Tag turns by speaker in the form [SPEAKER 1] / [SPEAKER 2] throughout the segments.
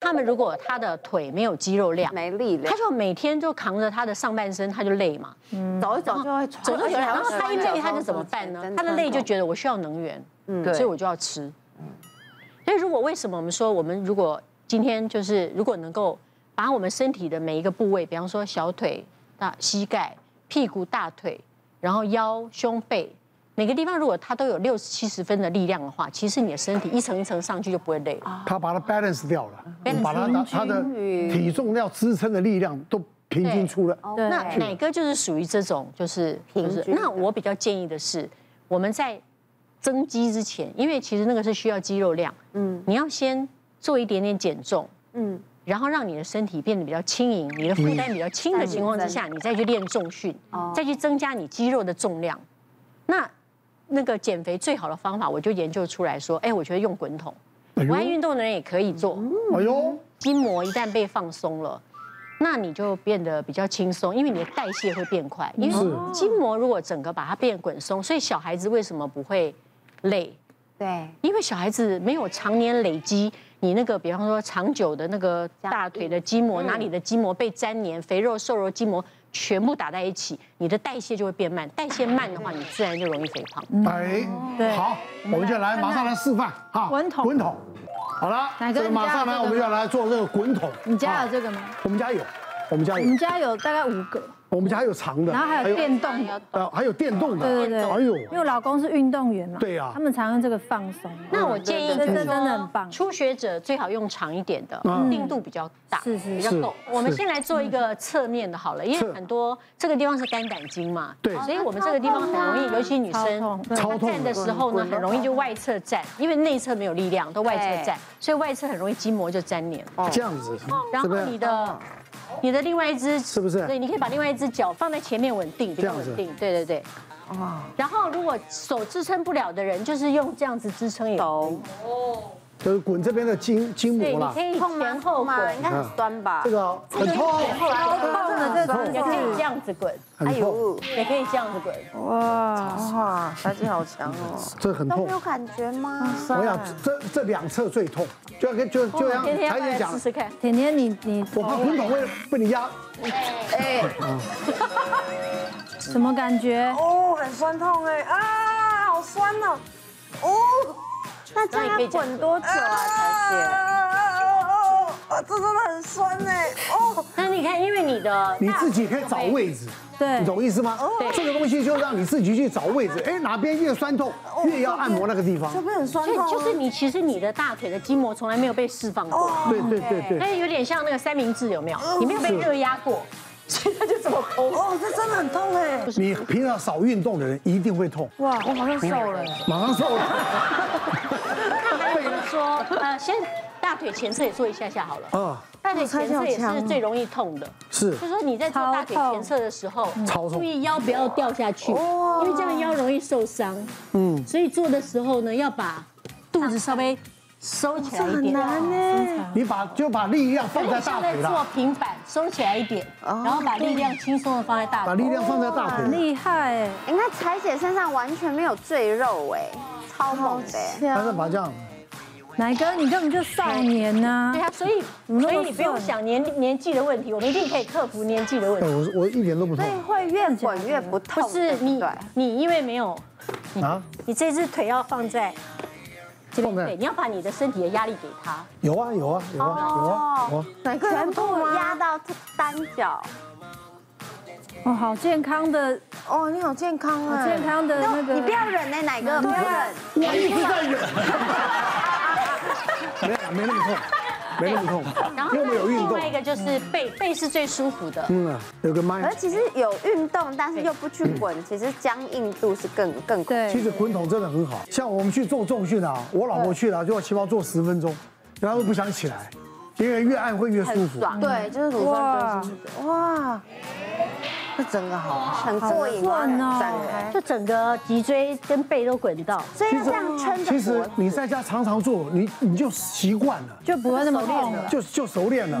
[SPEAKER 1] 他们如果他的腿没有肌肉量，
[SPEAKER 2] 没力量
[SPEAKER 1] 他，就每天就扛着他的上半身，他就累嘛，
[SPEAKER 2] 走一走就会
[SPEAKER 1] 走着
[SPEAKER 2] 喘，
[SPEAKER 1] 走着，然后他一累他
[SPEAKER 2] 就
[SPEAKER 1] 就怎么办呢？他的累就觉得我需要能源，嗯，
[SPEAKER 3] 对
[SPEAKER 1] 所以我就要吃。所以如果为什么我们说我们如果今天就是如果能够把我们身体的每一个部位，比方说小腿、大膝盖、屁股、大腿，然后腰、胸背。每个地方如果它都有六七十分的力量的话，其实你的身体一层一层上去就不会累了。
[SPEAKER 4] 他把它 balance 掉了，
[SPEAKER 1] balance
[SPEAKER 4] 把它拿它的体重要支撑的力量都平均出了。
[SPEAKER 3] 哦
[SPEAKER 2] 对
[SPEAKER 1] 那哪个就是属于这种，就是
[SPEAKER 2] 平
[SPEAKER 1] 就是。
[SPEAKER 2] 均的
[SPEAKER 1] 那我比较建议的是，我们在增肌之前，因为其实那个是需要肌肉量，嗯，你要先做一点点减重，嗯，然后让你的身体变得比较轻盈，你的负担比较轻的情况之下，你再去练重训，
[SPEAKER 2] 哦
[SPEAKER 1] 再去增加你肌肉的重量。那那个减肥最好的方法，我就研究出来说，哎，我觉得用滚筒，
[SPEAKER 4] 哎
[SPEAKER 1] 不爱
[SPEAKER 4] 呦，
[SPEAKER 1] 运动的人也可以做。
[SPEAKER 2] 嗯
[SPEAKER 4] 哎呦，
[SPEAKER 1] 筋膜一旦被放松了，那你就变得比较轻松，因为你的代谢会变快。因为
[SPEAKER 4] 是
[SPEAKER 1] 筋膜如果整个把它变滚松，所以小孩子为什么不会累？
[SPEAKER 2] 对
[SPEAKER 1] 因为小孩子没有常年累积，你那个比方说长久的那个大腿的筋膜，哪里的筋膜被粘连，肥肉、瘦肉、筋膜全部打在一起，你的代谢就会变慢。代谢慢的话，你自然就容易肥胖。
[SPEAKER 3] 嗯
[SPEAKER 4] 哎，好，我们就来马上来示范哈，
[SPEAKER 3] 滚筒
[SPEAKER 4] 滚筒。好了，
[SPEAKER 3] 奶哥
[SPEAKER 4] 这个马上
[SPEAKER 3] 你家有这个吗
[SPEAKER 4] 呢，我们要来做这个滚筒。
[SPEAKER 3] 你家
[SPEAKER 4] 啊
[SPEAKER 3] 有这个吗？
[SPEAKER 4] 我们家有，我们家
[SPEAKER 3] 我
[SPEAKER 4] 有
[SPEAKER 3] 们，家有大概五个，
[SPEAKER 4] 我们家有长的，
[SPEAKER 3] 然后还有电动的。
[SPEAKER 4] 呃，还有电动的。
[SPEAKER 3] 对对对，
[SPEAKER 4] 哎
[SPEAKER 3] 因为
[SPEAKER 4] 呦，
[SPEAKER 3] 我老公是运动员嘛，
[SPEAKER 4] 对啊
[SPEAKER 3] 他们常用这个放松。
[SPEAKER 1] 那
[SPEAKER 4] 嗯
[SPEAKER 1] 我建议
[SPEAKER 3] 这
[SPEAKER 1] 就是
[SPEAKER 3] 这真的很棒
[SPEAKER 1] 说，初学者最好用长一点的，
[SPEAKER 4] 嗯
[SPEAKER 1] 硬度比较大，
[SPEAKER 3] 是是
[SPEAKER 1] 比较
[SPEAKER 4] 是
[SPEAKER 1] 够。我们
[SPEAKER 4] 是
[SPEAKER 1] 先来做一个侧面的好了，因为
[SPEAKER 4] 侧
[SPEAKER 1] 很多这个地方是肝胆经嘛，
[SPEAKER 4] 对
[SPEAKER 1] 所以我们这个地方很容易，尤其女
[SPEAKER 3] 哦超
[SPEAKER 1] 生
[SPEAKER 3] 痛对
[SPEAKER 4] 超痛
[SPEAKER 1] 站的时候呢，很容易就外侧站，因为内侧没有力量，都外侧站，所以外侧很容易筋膜就粘连。
[SPEAKER 4] 这样子，
[SPEAKER 3] 哦
[SPEAKER 1] 然
[SPEAKER 4] 是
[SPEAKER 1] 后
[SPEAKER 4] 不
[SPEAKER 1] 你
[SPEAKER 4] 是？
[SPEAKER 1] 的
[SPEAKER 3] 嗯
[SPEAKER 1] 你的另外一只是
[SPEAKER 4] 不是
[SPEAKER 1] 对，你可以把另外一只脚放在前面稳定，比较
[SPEAKER 4] 这样子
[SPEAKER 1] 稳定。对对对。然后如果手支撑不了的人，就是用这样子支撑也可以。
[SPEAKER 4] 就是滚这边的筋筋
[SPEAKER 1] 对，
[SPEAKER 4] 膜
[SPEAKER 1] 你
[SPEAKER 4] 啦
[SPEAKER 1] 可，以前后滚，
[SPEAKER 2] 应该很酸吧？
[SPEAKER 4] 啊这个很痛，
[SPEAKER 3] 痛的这
[SPEAKER 1] 也可以这样子滚，
[SPEAKER 2] 哎
[SPEAKER 3] 哎
[SPEAKER 4] 很痛，，
[SPEAKER 1] 也可以这样子滚。
[SPEAKER 3] 哇，
[SPEAKER 5] 哇，小姐好强哦！
[SPEAKER 4] 这很痛
[SPEAKER 5] 没。有感觉吗？
[SPEAKER 4] 我想这这两侧最痛，就跟就就像
[SPEAKER 1] 今哦天要
[SPEAKER 4] 才
[SPEAKER 1] 不要
[SPEAKER 4] 姐
[SPEAKER 1] 来
[SPEAKER 4] 讲
[SPEAKER 1] 试，试看？
[SPEAKER 3] 甜甜你你
[SPEAKER 4] 我怕滚筒会被你压，
[SPEAKER 3] 什么感觉？
[SPEAKER 5] 哦，很酸痛哎啊，好酸哦！哦，
[SPEAKER 2] 那这样要滚多久啊，小姐？
[SPEAKER 5] 啊，这真的很酸哎！哦，
[SPEAKER 1] 那你看，因为你的
[SPEAKER 4] 你自己可以找位置，
[SPEAKER 3] 对
[SPEAKER 4] 你懂意思吗？这个东西就让你自己去找位置，哎，哪边越酸痛越要按摩那个地方
[SPEAKER 5] 这。边很酸
[SPEAKER 1] 所以
[SPEAKER 5] 痛，啊
[SPEAKER 1] 就是你，其实你的大腿的筋膜从来没有被释放过，
[SPEAKER 4] 对对对对，
[SPEAKER 1] 但有点像那个三明治，有没有？你没有被热压过，所以它就这么 抠。
[SPEAKER 5] 哦，这真的很痛哎！
[SPEAKER 4] 你平常少运动的人一定会痛，
[SPEAKER 3] 哇，我好像瘦了。
[SPEAKER 4] 马上瘦了。
[SPEAKER 1] 那还有就是说，呃，先大腿前侧也做一下下好了。
[SPEAKER 4] 啊，
[SPEAKER 1] 大腿前侧也是最容易痛的。
[SPEAKER 4] 是
[SPEAKER 1] 就说你在做大腿前侧的时候，
[SPEAKER 4] 超痛
[SPEAKER 1] 注意腰不要掉下去，因为这样腰容易受伤。嗯，所以做的时候呢，要把肚子稍微收起来一点，
[SPEAKER 4] 你把就把力量放
[SPEAKER 1] 有
[SPEAKER 4] 在
[SPEAKER 1] 点
[SPEAKER 4] 大
[SPEAKER 1] 像
[SPEAKER 4] 腿
[SPEAKER 1] 在
[SPEAKER 4] 啦
[SPEAKER 1] 做，平板，收起来一点，然后把力量轻松的放在大
[SPEAKER 4] 把
[SPEAKER 1] 腿。
[SPEAKER 4] 力量放在大
[SPEAKER 3] 很
[SPEAKER 4] 腿。
[SPEAKER 3] 厉害哎，
[SPEAKER 2] 你看彩姐身上完全没有赘肉哎，超猛的哎。
[SPEAKER 4] 但是把这样，
[SPEAKER 3] 奶哥你根本就少年呐
[SPEAKER 1] 对！啊，所以
[SPEAKER 3] 么那
[SPEAKER 1] 所
[SPEAKER 3] 么
[SPEAKER 1] 以你不用
[SPEAKER 3] 瘦
[SPEAKER 1] 想年年纪的问题，我们一定可以克服年纪的问
[SPEAKER 4] 哎，
[SPEAKER 1] 题。
[SPEAKER 4] 我我一点都不痛
[SPEAKER 2] 所以会越滚越不痛，
[SPEAKER 1] 不是
[SPEAKER 2] 对
[SPEAKER 1] 你
[SPEAKER 2] 对？，
[SPEAKER 1] 你因为没有，
[SPEAKER 4] 啊，
[SPEAKER 1] 你这只腿要放在这边，
[SPEAKER 4] 放在
[SPEAKER 1] 对，你要把你的身体的压力给它。
[SPEAKER 4] 有啊有啊有啊有啊有啊，
[SPEAKER 5] 哪个
[SPEAKER 2] 全
[SPEAKER 5] 人
[SPEAKER 2] 部
[SPEAKER 5] 痛
[SPEAKER 2] 压
[SPEAKER 5] 吗？
[SPEAKER 2] 到单脚，
[SPEAKER 3] 哦，好健康的，
[SPEAKER 5] 哦，你好健康
[SPEAKER 3] 好
[SPEAKER 5] 哎！
[SPEAKER 3] 健康的那个。
[SPEAKER 2] 你不要忍哎，奶哥不要忍，
[SPEAKER 4] 我一直在忍。没有没那么痛，没那么
[SPEAKER 1] 然
[SPEAKER 4] 痛，
[SPEAKER 1] 后
[SPEAKER 4] 因为我们有运
[SPEAKER 1] 另
[SPEAKER 4] 动
[SPEAKER 1] 外。一个就是背，背是最舒服的。
[SPEAKER 4] 嗯啊，有个
[SPEAKER 2] 可
[SPEAKER 4] 麦
[SPEAKER 2] 是。其实有运动，但是又不去滚，其实僵硬度是更更恐
[SPEAKER 4] 其
[SPEAKER 3] 对，
[SPEAKER 4] 实滚筒真的很好，像我们去做重训啊，我老婆去了就要起码做十分钟，然后不想起来，因为越按会越舒
[SPEAKER 2] 很
[SPEAKER 4] 服。
[SPEAKER 2] 爽。
[SPEAKER 5] 对，就是乳酸
[SPEAKER 3] 哇
[SPEAKER 5] 觉得哇，
[SPEAKER 2] 这整个好很
[SPEAKER 3] 好
[SPEAKER 2] 过瘾
[SPEAKER 3] 顺
[SPEAKER 2] 啊，
[SPEAKER 3] 哦
[SPEAKER 2] 整
[SPEAKER 1] 哎
[SPEAKER 2] 个。
[SPEAKER 6] 就整个脊椎跟背都滚到。
[SPEAKER 2] 所以要这样撑着
[SPEAKER 4] 其实
[SPEAKER 2] 脖子
[SPEAKER 4] 你在家常常做，你你就习惯了，
[SPEAKER 3] 就不会那么痛了。
[SPEAKER 4] 就就熟练了。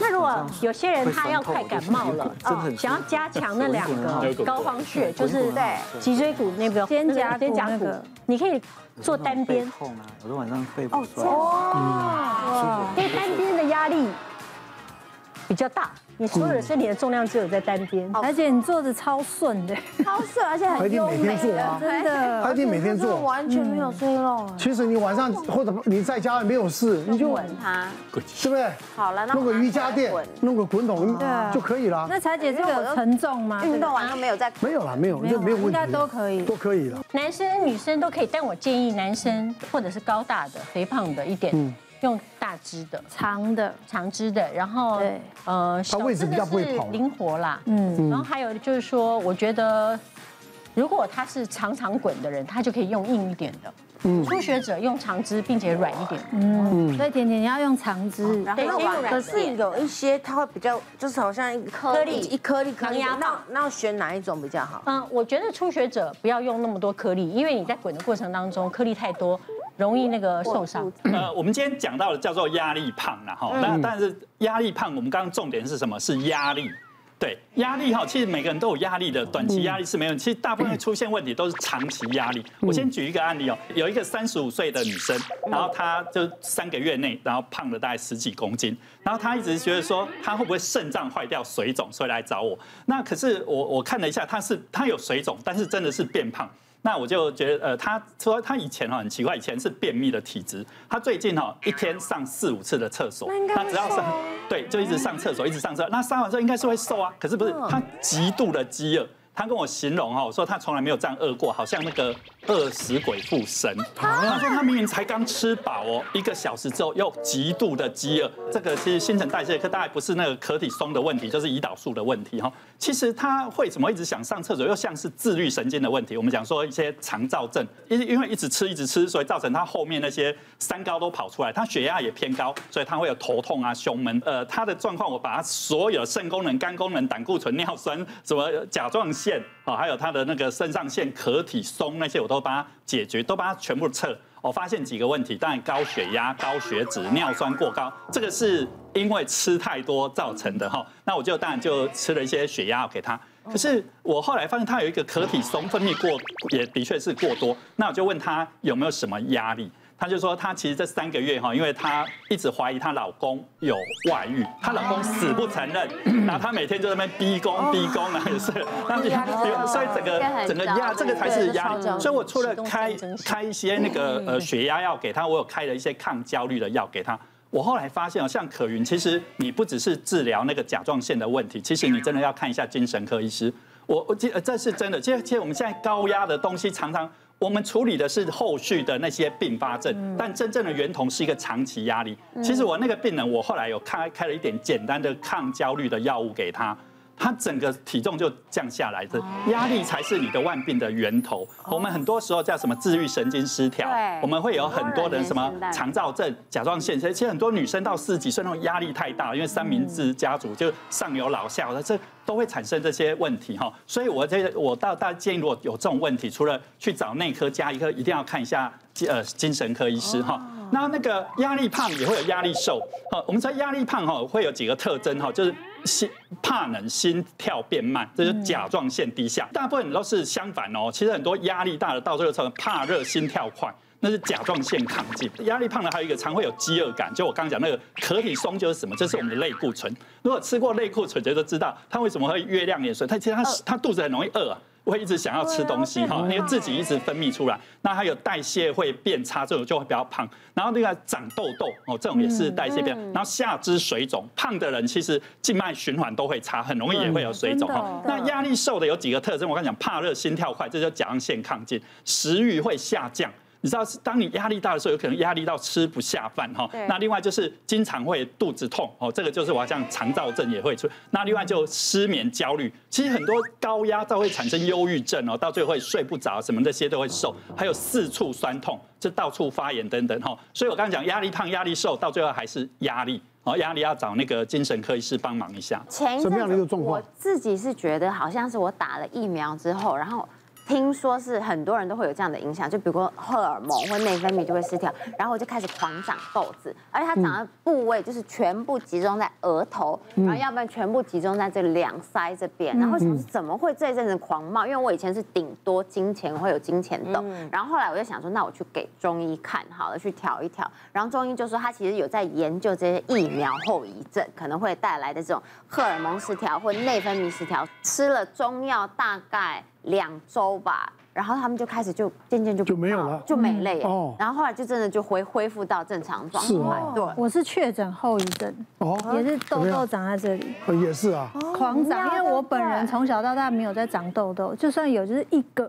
[SPEAKER 1] 那如果有些人他要快感冒了， 哦
[SPEAKER 7] 真的很
[SPEAKER 1] 想要加强那两个高方穴，就是
[SPEAKER 2] 对
[SPEAKER 1] 脊椎骨那个
[SPEAKER 3] 肩胛骨
[SPEAKER 1] 肩胛
[SPEAKER 3] 那
[SPEAKER 1] 骨
[SPEAKER 3] 个，
[SPEAKER 1] 你可以做单边，
[SPEAKER 7] 痛啊，我说晚上肺不
[SPEAKER 2] 这
[SPEAKER 7] 酸。
[SPEAKER 2] 样
[SPEAKER 1] 因为单边的压力比较大，你所有的身体的重量只有在单边。
[SPEAKER 3] 而且你做的超顺的，
[SPEAKER 2] 超顺，而且
[SPEAKER 4] 他一
[SPEAKER 2] 很
[SPEAKER 4] 定
[SPEAKER 2] 优
[SPEAKER 4] 每
[SPEAKER 2] 美
[SPEAKER 4] 天做
[SPEAKER 2] 的嗯
[SPEAKER 4] 啊，
[SPEAKER 3] 真
[SPEAKER 4] 他
[SPEAKER 3] 的
[SPEAKER 4] 一定每天做。
[SPEAKER 5] 完全没有睡漏哎。
[SPEAKER 4] 其实你晚上或者你在家没有事，你就
[SPEAKER 2] 滚它。
[SPEAKER 4] 对不对？
[SPEAKER 2] 好了，那
[SPEAKER 4] 弄
[SPEAKER 2] 我
[SPEAKER 4] 个
[SPEAKER 2] 拿
[SPEAKER 4] 瑜伽垫
[SPEAKER 2] 滚，
[SPEAKER 4] 弄个滚筒就可以了。
[SPEAKER 3] 那彩姐这个有沉重吗？
[SPEAKER 2] 运动完都没有在
[SPEAKER 4] 没有啦，没有，
[SPEAKER 3] 没有
[SPEAKER 4] 这没有问
[SPEAKER 3] 应
[SPEAKER 4] 题，
[SPEAKER 3] 该都可以
[SPEAKER 4] 都可以了。
[SPEAKER 1] 男生女生都可以，但我建议男生或者是高大的、肥胖的一点，用大支的。
[SPEAKER 3] 长的，
[SPEAKER 1] 长枝的，然后
[SPEAKER 3] 对
[SPEAKER 1] 呃，
[SPEAKER 4] 它位置比较不会
[SPEAKER 1] 小
[SPEAKER 4] 跑
[SPEAKER 1] 枝的是灵活啦。嗯，然后还有就是说，我觉得如果他是常常滚的人，他就可以用硬一点的。嗯，初学者用长枝并且软一点。
[SPEAKER 3] 嗯，所以甜甜你要用长枝，
[SPEAKER 2] 然
[SPEAKER 1] 对
[SPEAKER 2] 后
[SPEAKER 1] 先用
[SPEAKER 2] 往
[SPEAKER 1] 软
[SPEAKER 5] 可
[SPEAKER 2] 可
[SPEAKER 5] 是
[SPEAKER 2] 是
[SPEAKER 5] 有一些它会比较，就是好像一个
[SPEAKER 2] 颗粒
[SPEAKER 5] 一颗粒颗
[SPEAKER 1] 狼
[SPEAKER 5] 粒
[SPEAKER 1] 牙。
[SPEAKER 5] 那
[SPEAKER 1] 棒
[SPEAKER 5] 那要选哪一种比较好？
[SPEAKER 1] 嗯，我觉得初学者不要用那么多颗粒，因为你在滚的过程当中颗粒太多，容易那个受伤。
[SPEAKER 8] 呃，我们今天讲到的叫做压力胖啦，哈、那但是压力胖，我们刚刚重点是什么？是压力。对，压力哈，其实每个人都有压力的，短期压力是没有，其实大部分会出现问题都是长期压力。我先举一个案例哦，有一个三十五岁的女生，然后她就三个月内，然后胖了大概十几公斤，然后她一直觉得说她会不会肾脏坏掉、水肿，所以来找我。那可是我我看了一下，她是她有水肿，但是真的是变胖。那我就觉得，呃，他说他以前哈很奇怪，以前是便秘的体质，他最近哈一天上四五次的厕所，他只要上，对，就一直上厕所，一直上厕所。那上完之后应该是会瘦啊，可是不是，他极度的饥饿。他跟我形容哈，我说他从来没有这样饿过，好像那个饿死鬼附身。他说他明明才刚吃饱哦，一个小时之后又极度的饥饿。这个其实新陈代谢科大概不是那个壳体松的问题，就是胰岛素的问题哈。其实他会怎么一直想上厕所，又像是自律神经的问题。我们讲说一些肠燥症，因因为一直吃一直吃，所以造成他后面那些三高都跑出来，他血压也偏高，所以他会有头痛啊、胸闷。呃，他的状况我把他所有肾功能、肝功能、胆固醇、尿酸、什么甲状腺啊、哦还有他的那个肾上腺壳体松那些，我都帮他解决，都帮他全部测。我哦发现几个问题，当然高血压、高血脂、尿酸过高，这个是因为吃太多造成的哈。那我就当然就吃了一些血压药给他。可是我后来发现他有一个壳体松分泌过，也的确是过多。那我就问他有没有什么压力，他就说他其实这三个月哈，因为她一直怀疑她老公有外遇，她老公死不承认，然后她每天就在那边逼宫逼宫，然后也是，那你所以整个整个哦压这个才是压力。所以我除了开开一些那个呃血压药给她，我有开了一些抗焦虑的药给她。我后来发现哦，像可云，其实你不只是治疗那个甲状腺的问题，其实你真的要看一下精神科医师。我我记，呃这是真的。其实其实我们现在高压的东西，常常我们处理的是后续的那些并发症，但真正的源头是一个长期压力。其实我那个病人，我后来有开开了一点简单的抗焦虑的药物给他。他整个体重就降下来的，压力才是你的万病的源头。我们很多时候叫什么自律神经失调
[SPEAKER 2] 哦对，
[SPEAKER 8] 我们会有很多人什么
[SPEAKER 2] 很多人也是
[SPEAKER 8] 肠躁症、甲状腺，其实很多女生到四十几岁那种压力太大，因为三明治家族就上有老下有小，这都会产生这些问题哈。所以我这个我到大家建议，如果有这种问题，除了去找内科、加医科，一定要看一下呃精神科医师哈。那那个压力胖也会有压力瘦，好，我们说压力胖哈会有几个特征哈，就是心怕冷、心跳变慢，这就是甲状腺低下。大部分人都是相反哦，其实很多压力大的到最后成为怕热、心跳快。那是甲状腺亢进，压力胖的还有一个常会有饥饿感，就我刚刚讲那个壳体松就是什么，就是我们的类固醇。如果吃过类固醇，就都知道它为什么会月亮眼水，它其实它它肚子很容易饿、啊。会一直想要吃东西哈，因为自己一直分泌出来，那还有代谢会变差，这种就会比较胖。然后那个长痘痘哦，这种也是代谢变。然后下肢水肿，胖的人其实静脉循环都会差，很容易也会有水肿哈。那压力嗯瘦的有几个特征，我刚讲怕热、心跳快，这叫甲状腺亢进，食欲会下降。你知道，是当你压力大的时候，有可能压力到吃不下饭哈。那另外就是经常会肚子痛哦，这个就是我像肠燥症也会出。那另外就失眠、焦虑，其实很多高压都会产生忧郁症哦，到最后会睡不着，什么这些都会瘦。还有四处哦酸痛，就到处发炎等等哈。所以我刚刚讲压力胖、压力瘦，到最后还是压力。哦，压力要找那个精神科医师帮忙一下。
[SPEAKER 2] 前一
[SPEAKER 4] 什么样的一
[SPEAKER 2] 阵
[SPEAKER 4] 个
[SPEAKER 2] 子
[SPEAKER 4] 状况
[SPEAKER 2] 我自己是觉得好像是我打了疫苗之后，然后听说是很多人都会有这样的影响，就比如说荷尔蒙或内分泌就会失调，然后我就开始狂长痘子，而且它长的部位就是全部集中在额头，然后要不然全部集中在这两腮这边，然后我
[SPEAKER 4] 嗯
[SPEAKER 2] 想说怎么会这一阵子狂冒？因为我以前是顶多金钱会有金钱痘，然后后来我就想说，那我去给中医看好了，去调一调，然后中医就说他其实有在研究这些疫苗后遗症可能会带来的这种荷尔蒙失调或内分泌失调，吃了中药大概两周吧。然后他们就开始就渐渐就不
[SPEAKER 4] 就没有
[SPEAKER 2] 冒
[SPEAKER 4] 了
[SPEAKER 2] 就没了耶。
[SPEAKER 4] 嗯哦
[SPEAKER 2] 然后后来就真的就恢恢复到正常状
[SPEAKER 4] 是哦
[SPEAKER 2] 态。对，
[SPEAKER 3] 我是确诊后遗症，
[SPEAKER 4] 哦，
[SPEAKER 3] 也是
[SPEAKER 4] 怎
[SPEAKER 3] 痘
[SPEAKER 4] 么
[SPEAKER 3] 痘
[SPEAKER 4] 样
[SPEAKER 3] 长在这里，
[SPEAKER 4] 呃也是啊，
[SPEAKER 6] 哦
[SPEAKER 3] 狂长，因为我本人从小到大没有在长痘痘，就算有就是一个，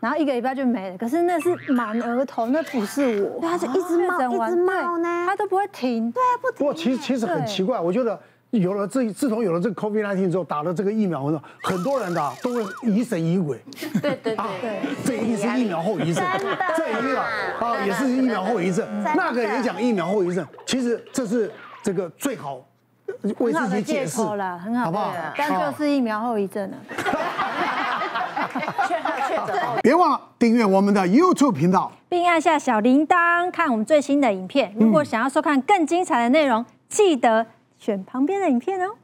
[SPEAKER 3] 然后一个礼拜就没了。可是那是满额头，那不是我，
[SPEAKER 2] 对它就一直冒
[SPEAKER 3] 确诊完
[SPEAKER 2] 一直冒呢
[SPEAKER 3] 对它都不会停。对，
[SPEAKER 4] 不过其实其实很奇怪，我觉得有了这自从有了这 COVID-19 之后，打了这个疫苗之后，很多人的啊都会疑神疑鬼。啊
[SPEAKER 2] 对对对
[SPEAKER 3] 对，
[SPEAKER 4] 这一定是疫苗后遗症
[SPEAKER 2] 真的，
[SPEAKER 4] 这一定啊啊也是疫苗后遗症，那个也讲疫苗后遗症，其实这是这个最好呃为
[SPEAKER 3] 很好
[SPEAKER 4] 自
[SPEAKER 3] 的
[SPEAKER 4] 己
[SPEAKER 3] 借
[SPEAKER 4] 解释
[SPEAKER 3] 口啦，很好，
[SPEAKER 4] 好不好？
[SPEAKER 6] 啊
[SPEAKER 3] 但就是疫苗后遗症啊了。
[SPEAKER 4] 别忘了订阅我们的 YouTube 频道。
[SPEAKER 6] 并按下小铃铛看我们
[SPEAKER 4] 嗯
[SPEAKER 6] 最新的影片。如果想要收看更精彩的内容，记得选旁边的影片哦。